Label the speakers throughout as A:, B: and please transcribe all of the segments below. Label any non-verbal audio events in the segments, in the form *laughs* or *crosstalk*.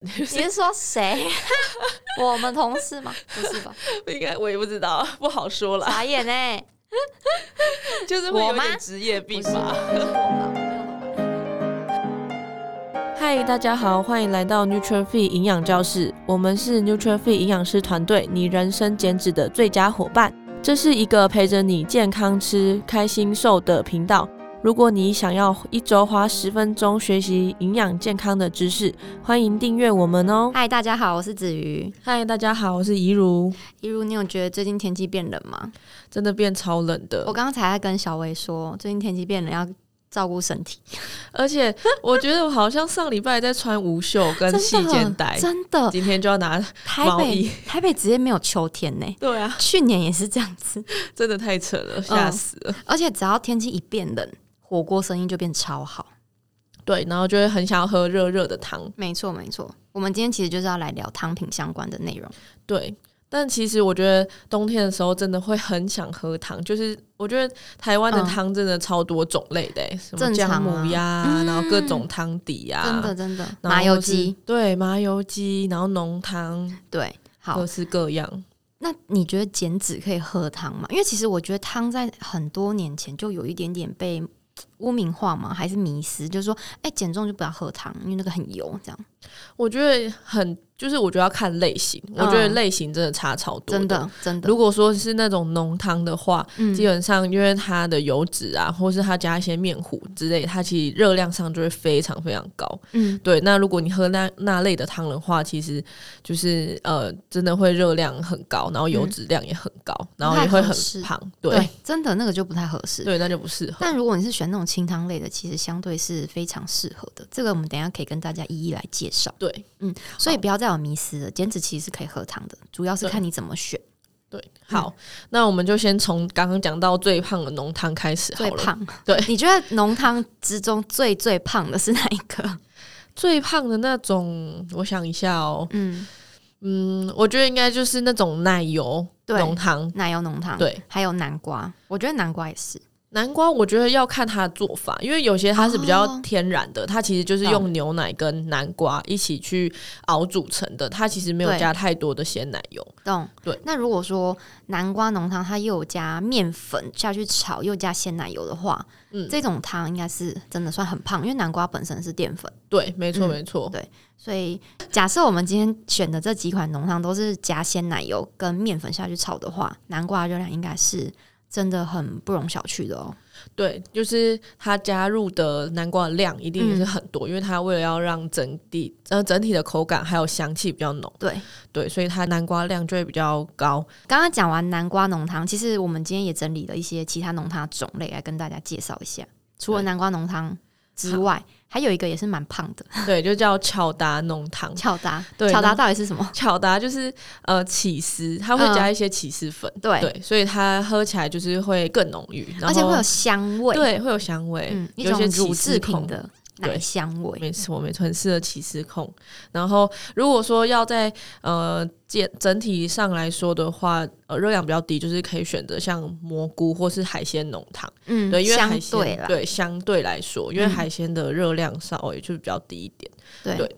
A: *laughs*
B: 就
A: 你
B: 是
A: 是说谁？ *laughs* 我们同事吗？不是 *laughs* 吧？
B: 应该我也不知道，不好说
C: *laughs*
B: 啦，
A: 傻眼哎、欸！
B: 就是会有
A: 我吗
B: 点职业病
A: 不是
B: 吧。
A: 不是我吧我没有那么晚
C: 嗨，大家好，欢迎来到 Nutrify 营养教室，我们是 Nutrify 营养师团队，你人生减脂的最佳伙伴。这是一个陪着你健康吃、开心瘦的频道。如果你想要一周花十分钟学习营养健康的知识，欢迎订阅我们哦。
A: 嗨，大家好，我是子瑜。
C: 嗨，大家好，我是怡如，
A: 一如，你有觉得最近天气变冷吗？
C: 真的变超冷的
A: 我，刚才在跟小薇说，最近天气变冷，要照顾身体。
C: 而且我觉得我好像上礼拜在穿无袖跟
A: 真
C: 细
A: 的
C: 肩带，
A: 真
C: *laughs*
A: 的，
C: 今天就要拿。
A: 台
C: 毛
A: 北
C: 衣
A: 台北直接没有秋天呢、
C: 对啊，嗯
A: 去年也是这样子，
C: *laughs* 真的太扯了，吓死了。
A: 而且只要天气一变冷，火锅生意就变超好。
C: 对，然后就会很想要喝热热的汤。
A: 没错，没错。我们今天其实就是要来聊汤品相关的内容。
C: 对，但其实我觉得冬天的时候真的会很想喝汤，就是我觉得台湾的
A: 嗯
C: 汤真的超多种类的欸、什么
A: 正
C: 姜
A: 常啊
C: 母鸭、然后各种汤底呀、
A: 真的，真的，
C: 然后
A: 麻油
C: 是
A: 鸡，
C: 对，麻油鸡，然后浓汤，
A: 对，好
C: 各。式各样。
A: 那你觉得减脂可以喝汤吗？因为其实我觉得汤在很多年前就有一点点被污名化嘛，还是迷失，就是说，哎、减重就不要喝汤，因为那个很油，这样
C: 我觉得很，就是我觉得要看类型，我觉得类型嗯真的差超多
A: 真的真的，
C: 如果说是那种浓汤的话，
A: 嗯
C: 基本上因为它的油脂啊，或是它加一些面糊之类，它其实热量上就会非常非常高。
A: 嗯，
C: 对，那如果你喝那那类的汤的话，其实就是呃，真的会热量很高，然后油
A: 嗯
C: 脂量也很高，
A: 不
C: 然后
A: 太
C: 也会
A: 合
C: 很
A: 适
C: 胖。
A: 对
C: 对，
A: 真的那个就不太合适。
C: 对，那就不适合。
A: 但如果你是选那种清汤类的，其实相对是非常适合的。这个我们等一下可以跟大家一一来介绍，
C: 对
A: 所以不要再有迷思了。减脂其实是可以喝汤的，主要是
C: 对
A: 看你怎么选。
C: 对，好，
A: 嗯
C: 那我们就先从刚刚讲到最胖的浓汤开始好
A: 最
C: 了。
A: 胖，
C: 对
A: *laughs* 你觉得浓汤之中最最胖的是哪一个？
C: 最胖的那种，我想一下哦，
A: 嗯，
C: 嗯，我觉得应该就是那种奶油
A: 对
C: 浓汤。
A: 奶油浓汤，
C: 对，
A: 还有南瓜，我觉得南瓜也是，
C: 南瓜我觉得要看它的做法，因为有些它是比较
A: 哦嗯
C: 天然的，它其实就是
A: 懂
C: 用牛奶跟南瓜一起去熬煮成的，它其实没有
A: 对
C: 加太多的鲜奶油。
A: 懂？
C: 对。
A: 那如果说南瓜浓汤它又有加面粉下去炒，又加鲜奶油的话，
C: 嗯
A: 这种汤应该是真的算很胖，因为南瓜本身是淀粉，
C: 对，没错，
A: 嗯
C: 没错
A: 对。所以假设我们今天选的这几款浓汤都是加鲜奶油跟面粉下去炒的话，南瓜热量应该是真的很不容小觑的哦。
C: 对，就是它加入的南瓜的量一定也是很多，因为它为了要让整体呃整体的口感还有香气比较浓，
A: 对，
C: 对，所以它南瓜量就会比较高。
A: 刚刚讲完南瓜浓汤，其实我们今天也整理了一些其他浓汤的种类来跟大家介绍一下。除了
C: 对
A: 南瓜浓汤之外，还有一个也是蛮胖的， *laughs*
C: 对，就叫巧达浓汤。
A: 巧达。
C: 对
A: 巧达
C: 那
A: 到底是什么？
C: 巧达就是呃起司，它会
A: 嗯
C: 加一些起司粉，
A: 对，
C: 对，所以它喝起来就是会更浓郁，然后
A: 而且会有香味，，
C: 对会有香味，
A: 嗯，一
C: 有
A: 种
C: 些
A: 乳
C: 起司
A: 制品
C: 控。
A: 的
C: 对
A: 奶香味。
C: 没错，没错，很适合起司控。然后，如果说要在呃减整体上来说的话，呃，热量比较低，就是可以选择像蘑菇或是海鲜浓汤。
A: 嗯，
C: 对，因为
A: 相
C: 海鲜
A: 对啦，
C: 相对来说，因为
A: 嗯
C: 海鲜的热量稍微就是比较低一点。
A: 对
C: 对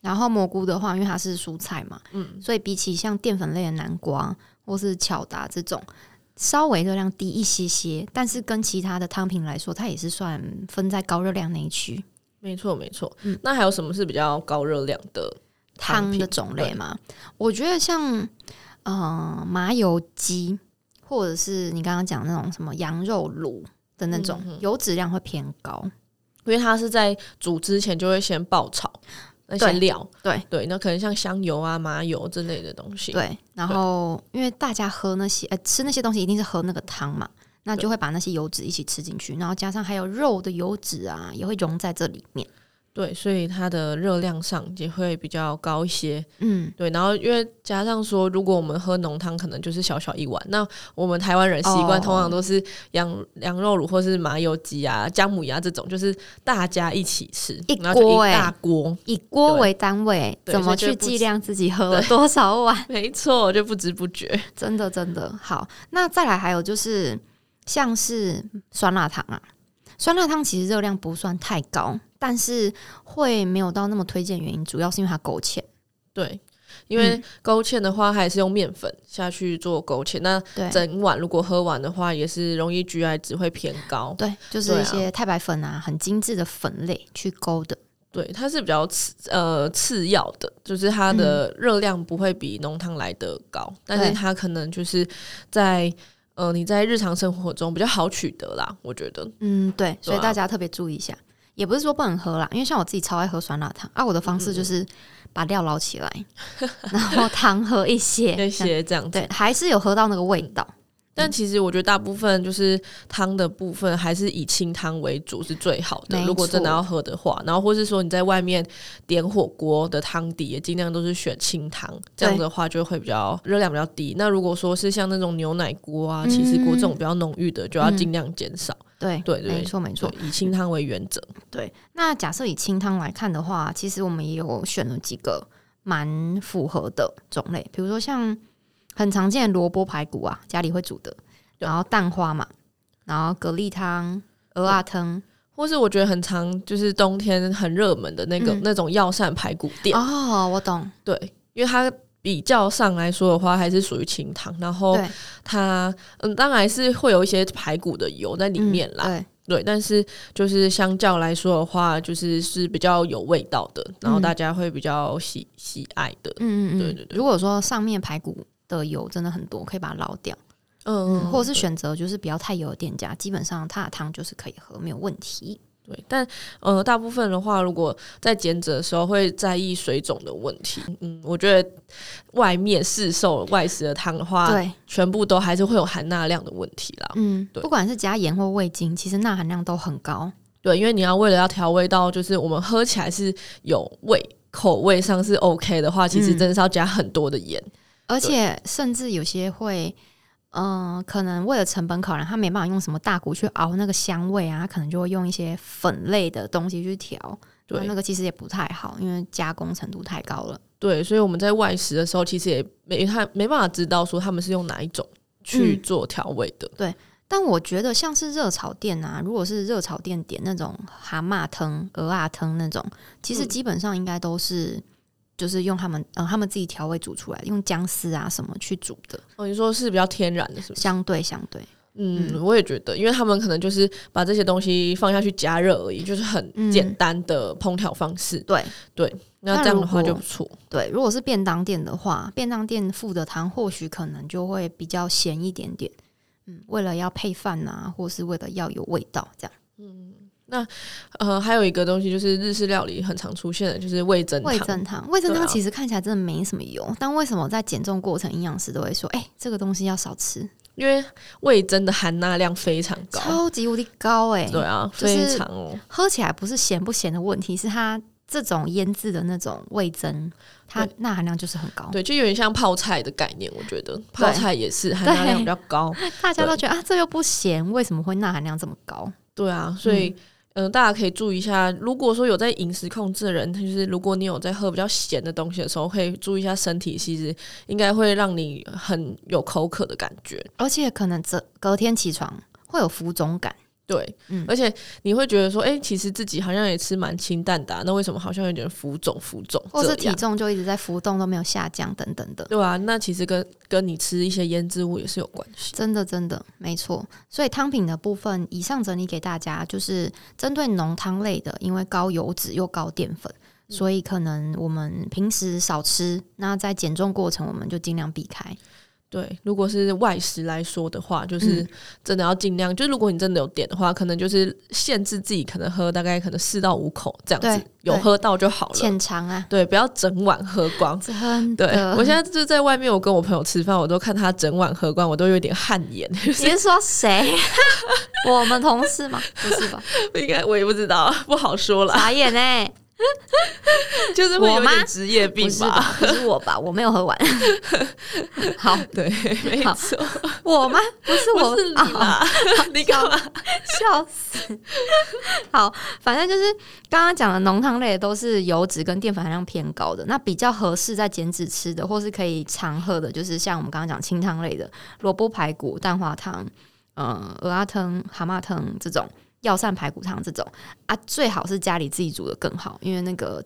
A: 然后蘑菇的话，因为它是蔬菜嘛，
C: 嗯，
A: 所以比起像淀粉类的南瓜或是巧达这种，稍微热量低一些些，但是跟其他的汤品来说，它也是算分在高热量那一区。
C: 没错，没错。
A: 嗯
C: 那还有什么是比较高热量的？
A: 汤
C: 品
A: 的种类
C: 对
A: 嘛。我觉得像呃麻油鸡，或者是你刚刚讲那种什么羊肉炉的那种，
C: 嗯嗯
A: 油脂量会偏高。
C: 因为它是在煮之前就会先爆炒那些
A: 对
C: 料，
A: 对
C: 对，那可能像香油啊、麻油之类的东西。
A: 对，然后因为大家喝那些呃吃那些东西，一定是喝那个汤嘛。那就会把那些油脂一起吃进去，然后加上还有肉的油脂啊，也会融在这里面。
C: 对，所以它的热量上也会比较高一些。
A: 嗯，
C: 对，然后因为加上说，如果我们喝浓汤，可能就是小小一碗。那我们台湾人习惯
A: 哦
C: 通常都是羊、羊肉卤或是麻油鸡啊、姜母鸭这种，就是大家一起吃，
A: 一
C: 然后就
A: 锅
C: 一
A: 欸
C: 大锅。
A: 以锅
C: 对
A: 为单位，
C: 对
A: 怎么
C: 所以
A: 去
C: 就不
A: 计
C: 止
A: 量自己喝了多少碗？
C: 没错，就不知不觉。
A: *laughs* 真的真的好。那再来还有就是像是酸辣汤啊，酸辣汤其实热量不算太高，但是会没有到那么推荐，原因主要是因为它勾芡。
C: 对，因为
A: 嗯
C: 勾芡的话，还是用面粉下去做勾芡。那
A: 对
C: 整碗如果喝完的话，也是容易 GI 值会偏高。
A: 对，就是一些太白粉啊，很精致的粉类去勾的。
C: 对，它是比较次呃次要的，就是它的热量不会比浓汤来得高，但是
A: 对
C: 它可能就是在呃你在日常生活中比较好取得啦，我觉得。
A: 嗯，对，所以
C: 对啊
A: 大家特别注意一下。也不是说不能喝啦，因为像我自己超爱喝酸辣汤啊，我的方
C: 嗯
A: 式就是把料捞起来， *laughs* 然后汤喝一些，
C: *laughs* 那
A: 这样
C: 些这样子，
A: 对，还是有喝到那个味道。
C: 但
A: 嗯
C: 其实我觉得大部分就是汤的部分，还是以清汤为主是最好的。
A: 没
C: 如果真的
A: 错
C: 要喝的话，然后或是说你在外面点火锅的汤底，也尽量都是选清汤，这样子的话就会比较热量比较低。那如果说是像那种牛奶锅
A: 嗯
C: 啊、起司锅这种比较浓郁的，就要尽量减少。
A: 对，
C: 对对
A: 没错，没错
C: 对。，以清汤为原则。
A: 对，那假设以清汤来看的话，其实我们也有选了几个蛮符合的种类，比如说像很常见的萝卜排骨啊，家里会煮的，
C: 对
A: 然后蛋花嘛，然后蛤蜊汤、鹅啊汤
C: 或是我觉得很常就是冬天很热门的那个、
A: 嗯
C: 那种药膳排骨店，
A: 哦，我懂，
C: 对，因为它比较上来说的话，还是属于清汤，然后
A: 对，
C: 它嗯，当然是会有一些排骨的油在里面啦，
A: 嗯
C: 对，但是就是相较来说的话，就是是比较有味道的，然后
A: 嗯
C: 大家会比较喜喜爱的，
A: 对，嗯嗯嗯，
C: 对对对
A: 如果说上面排骨的油真的很多，可以把它捞掉，
C: 嗯，
A: 或者是选择就是不要太油的店家，基本上它的汤就是可以喝，没有问题。
C: 对，但呃，大部分的话，如果在减脂的时候会在意水肿的问题，嗯，我觉得外面市售外食的汤的话，
A: 对，
C: 全部都还是会有含钠量的问题啦，
A: 嗯，
C: 啊对
A: 不管是加盐或味精，其实钠含量都很高。
C: 对，因为你要为了要调味到，就是我们喝起来是有味，口味上是 OK 的话，其实
A: 嗯
C: 真的是要加很多的盐。
A: 而且甚至有些会，嗯、可能为了成本考量，他没办法用什么大骨去熬那个香味啊，他可能就会用一些粉类的东西去调。
C: 对
A: 啊那那个其实也不太好，因为加工程度太高了。
C: 对，所以我们在外食的时候，其实也没他没办法知道说他们是用哪一种去
A: 嗯
C: 做调味的。
A: 但我觉得像是热炒店啊，如果是热炒店点那种蛤蟆汤、鹅啊汤那种，其实
C: 嗯
A: 基本上应该都是。就是用他们，呃，他们自己调味煮出来，用姜丝啊什么去煮的，
C: 哦，你说是比较天然的，是不是？
A: 相对相对，
C: 嗯，
A: 嗯
C: 我也觉得，因为他们可能就是把这些东西放下去加热而已，就是很
A: 嗯
C: 简单的烹调方式。
A: 对，
C: 那
A: 那
C: 这样
A: 如
C: 的话就不
A: 果
C: 错。
A: 对，如果是便当店的话，便当店附的汤或许可能就会比较咸一点点。嗯，为了要配饭呐、或是为了要有味道，这样
C: 呃，还有一个东西就是日式料理很常出现的，就是味增
A: 味
C: 汤。
A: 增汤，味增
C: 对啊
A: 汤其实看起来真的没什么油，但为什么在减重过程，营养师都会说，哎、这个东西要少吃，
C: 因为味增的含钠量非常高，
A: 超级无敌高哎、
C: 对啊，
A: 就是
C: 非常哦。
A: 喝起来不是咸不咸的问题，是它这种腌制的那种味增，它
C: 对
A: 钠含量就是很高。
C: 对，就有点像泡菜的概念，我觉得泡菜也是含钠量比较
A: *laughs*
C: 高。
A: 大家都觉得啊，这又不咸，为什么会钠含量这么高？
C: 对啊，所以嗯、呃大家可以注意一下，如果说有在饮食控制的人，就是如果你有在喝比较咸的东西的时候，可以注意一下身体，其实应该会让你很有口渴的感觉。
A: 而且可能这隔天起床会有浮肿感。
C: 对，
A: 嗯
C: 而且你会觉得说，哎、其实自己好像也吃蛮清淡的啊、那为什么好像有点浮肿浮肿
A: 或哦是
C: 这
A: 体
C: 样？
A: 重就一直在浮动，都没有下降等等的。
C: 对啊，那其实跟跟你吃一些腌制物也是有关系。
A: 真的，真的，没错。所以汤品的部分，以上整理给大家，就是针对浓汤类的，因为高油脂又高淀粉，
B: 嗯
A: 所以可能我们平时少吃，那在减重过程我们就尽量避开。
C: 对，如果是外食来说的话，就是
A: 嗯
C: 真的要尽量，就是如果你真的有点的话，可能就是限制自己，可能喝大概可能四到五口这样子
A: 对，
C: 有喝到就好了。
A: 浅尝啊，
C: 对，不要整碗喝光。
A: 真
C: 对
B: *laughs*
A: 的。
C: 我现在就是在外面，我跟我朋友吃饭，我都看他整碗喝光，我都有点汗颜。 *laughs*
A: 你是说谁？ *laughs* 我们同事吗？不是吧？
B: 应该我也不知道，不好说 *laughs* 啦，
A: 傻眼哎、
B: 就是会
A: 我
B: 有
A: 吗
B: 点职业
A: 不
B: 病
A: 是
B: 吧。
A: 吧？不是我吧？我没有
B: *laughs*
A: 喝完。好，
C: *laughs* 对，没
A: 好
C: 错，
A: 我吗？不是我，
B: 不是你
A: 啊
B: 啦，
C: *laughs*
B: 你干嘛？
A: *laughs* 笑死！好，反正就是刚刚讲的浓汤类都是油脂跟淀粉含量偏高的，那比较合适在减脂吃的，或是可以常喝的，就是像我们刚刚讲清汤类的萝卜排骨、蛋花汤、呃鹅鸭汤、蛤蟆汤这种。药膳排骨汤这种啊，最好是家里自己煮的更好，因为那个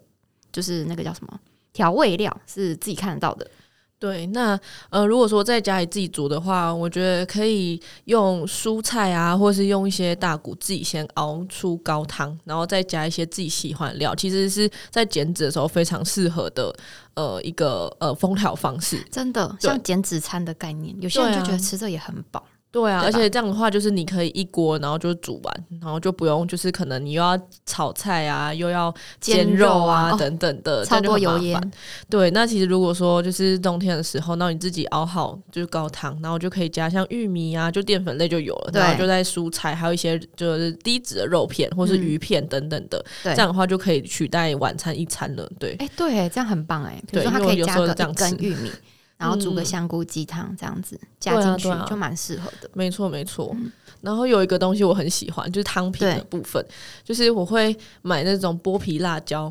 A: 就是那个叫什么调味料是自己看得到的。
C: 对，那呃，如果说在家里自己煮的话，我觉得可以用蔬菜啊，或是用一些大骨自己先熬出高汤，然后再加一些自己喜欢的料，其实是在减脂的时候非常适合的呃一个呃烹调方式。
A: 真的，
C: 对
A: 像减脂餐的概念，有些人
C: 对啊
A: 就觉得吃这也很饱。
C: 对啊，
A: 对吧
C: 而且这样的话，就是你可以一锅，然后就煮完，然后就不用就是可能你又要炒菜啊，又要煎
A: 煎
C: 肉啊
A: 肉啊哦
C: 等等的，
A: 超
C: 这样
A: 多
C: 就
A: 油
C: 很麻
A: 烟
C: 烦。，对，那其实如果说就是冬天的时候，那你自己熬好就是高汤，然后就可以加像玉米啊，就淀粉类就有了，
A: 对
C: 然后就在蔬菜，还有一些就是低脂的肉片或是
A: 嗯
C: 鱼片等等的，
A: 对
C: 这样的话就可以取代晚餐一餐了。对，
A: 哎、对，这样很棒哎。比
C: 对
A: 如说，它
C: 因为
A: 可以
C: 有时
A: 加
C: 候
A: 个
C: 这样
A: 一根
C: 吃
A: 玉米，然后煮个
C: 嗯
A: 香菇鸡汤这样子加
C: 对啊
A: 进去，
C: 对啊
A: 就蛮适合的。
C: 没错没错。然后有一个东西我很喜欢，就是汤品的
A: 嗯对
C: 部分，就是我会买那种剥皮辣椒，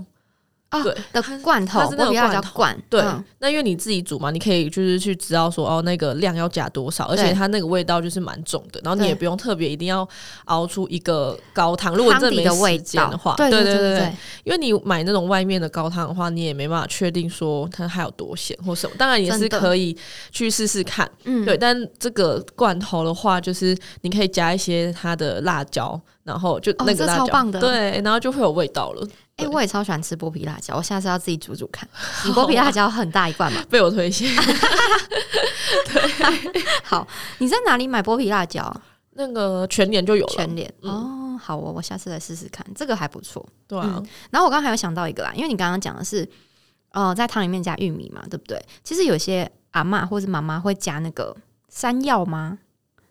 A: 哦
C: 对
A: 的罐头
C: 它是那
A: 剥
C: 个
A: 皮辣椒
C: 罐头
A: 罐，
C: 对，
A: 嗯
C: 那因为你自己煮嘛，你可以就是去知道说哦，那个量要加多少，而且
A: 对
C: 它那个味道就是蛮重的，然后你
A: 对
C: 也不用特别一定要熬出一个高汤。如果你真的
A: 汤底
C: 没
A: 的味
C: 时间
A: 道
C: 的话，
A: 对
C: 对
A: 对
C: 对
A: 对，
C: 因为你买那种外面的高汤的话，你也没办法确定说它还有多咸或什么。当然也是
A: 真的
C: 可以去试试看，
A: 嗯，
C: 对。但这个罐头的话，就是你可以加一些它的辣椒，然后就那
A: 哦
C: 个
A: 这
C: 辣椒，
A: 超棒的
C: 对，然后就会有味道了。
A: 哎、
C: 对
A: 我也超喜欢吃剥皮辣椒，我下次要自己煮
C: *laughs*
A: 煮看。你剥皮辣椒很大一罐嘛？
C: 被我推
A: *laughs*
C: 荐，
A: 好，你在哪里买剥皮辣椒？
C: 那个全年就有了，嗯
A: 全脸、哦，好哦，我下次来试试看，这个还不错。
C: 对啊。
A: 嗯然后我刚刚还有想到一个啦，因为你刚刚讲的是，呃，在汤里面加玉米嘛，对不对？其实有些阿嬷或者妈妈会加那个山药吗？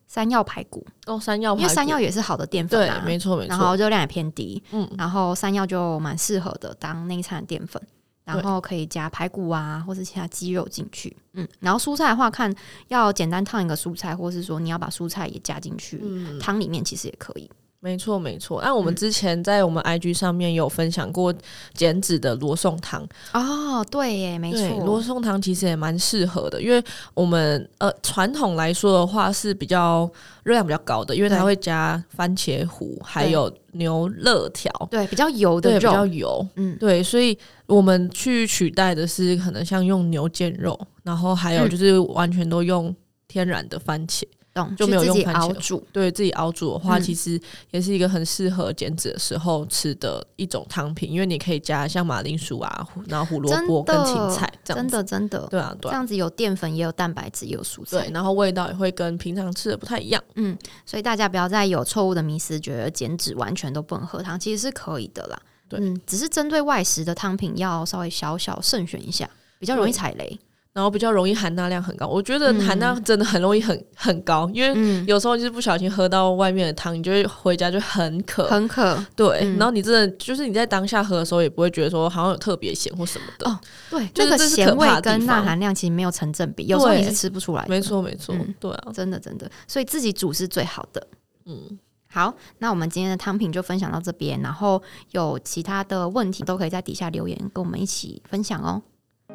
A: 山药排骨，
C: 哦，山药排骨，
A: 因为山药也是好的淀
C: 对
A: 粉，啊，
C: 没错没
A: 然后
C: 错，
A: 热量也偏低，
C: 嗯，
A: 然后山药就蛮适合的当那一餐的淀粉，然后可以加排骨啊，或是其他鸡肉进去，嗯，然后蔬菜的话，看要简单烫一个蔬菜，或是说你要把蔬菜也加进去、
C: 嗯
A: 汤里面，其实也可以。
C: 没错没错。那我们
A: 嗯
C: 之前在我们 IG 上面有分享过减脂的罗宋汤，
A: 哦，对耶，没
C: 对罗宋汤其实也蛮适合的，因为我们呃传统来说的话是比较热量比较高的，因为它
A: 对
C: 会加番茄糊，还
A: 对
C: 有牛肋条，
A: 对，比较油的
C: 对，比较
A: 肉，
C: 油，
A: 嗯，
C: 对，所以我们去取代的是可能像用牛腱肉，然后还有
A: 嗯
C: 就是完全都用天然的番茄。
A: 懂，
C: 就没
A: 去
C: 有
A: 自
C: 用
A: 己
C: 番
A: 熬
C: 茄
A: 煮，
C: 对自己熬煮的话，
A: 嗯
C: 其实也是一个很适合减脂的时候吃的一种汤品，因为你可以加像马铃薯啊，胡然后胡萝卜跟
A: 真的
C: 芹菜这样
A: 真
C: 子。
A: 的真的，
C: 对啊，
A: 这
C: 对啊，
A: 样子有淀粉，也有蛋白质，也有蔬
C: 对
A: 菜，，
C: 然后味道也会跟平常吃的不太一样。
A: 嗯，所以大家不要再有错误的迷思，觉得减脂完全都不能喝汤，其实是可以的啦。
C: 对
A: 嗯，只是针对外食的汤品要稍微小小慎选一下，比较容易踩雷。
C: 然后比较容易含钠量很高，我觉得含钠真的很容易很很高，因为
A: 嗯，
C: 有时候就是不小心喝到外面的汤，你就会回家就很渴。
A: 很渴，
C: 对，
A: 嗯
C: 然后你真的就是你在当下喝的时候，也不会觉得说好像有特别咸或什么的。
A: 哦对，
C: 就是
A: 那
C: 这
A: 个
C: 是
A: 咸
C: 可怕的
A: 味
C: 地
A: 跟钠
C: 方
A: 含量其实没有成正比，有时候
C: 对
A: 你是吃不出来的。
C: 没，错，没错，
A: 嗯
C: 对啊，
A: 真的真的，所以自己煮是最好的。
C: 嗯，
A: 好，那我们今天的汤品就分享到这边，然后有其他的问题都可以在底下留言跟我们一起分享哦。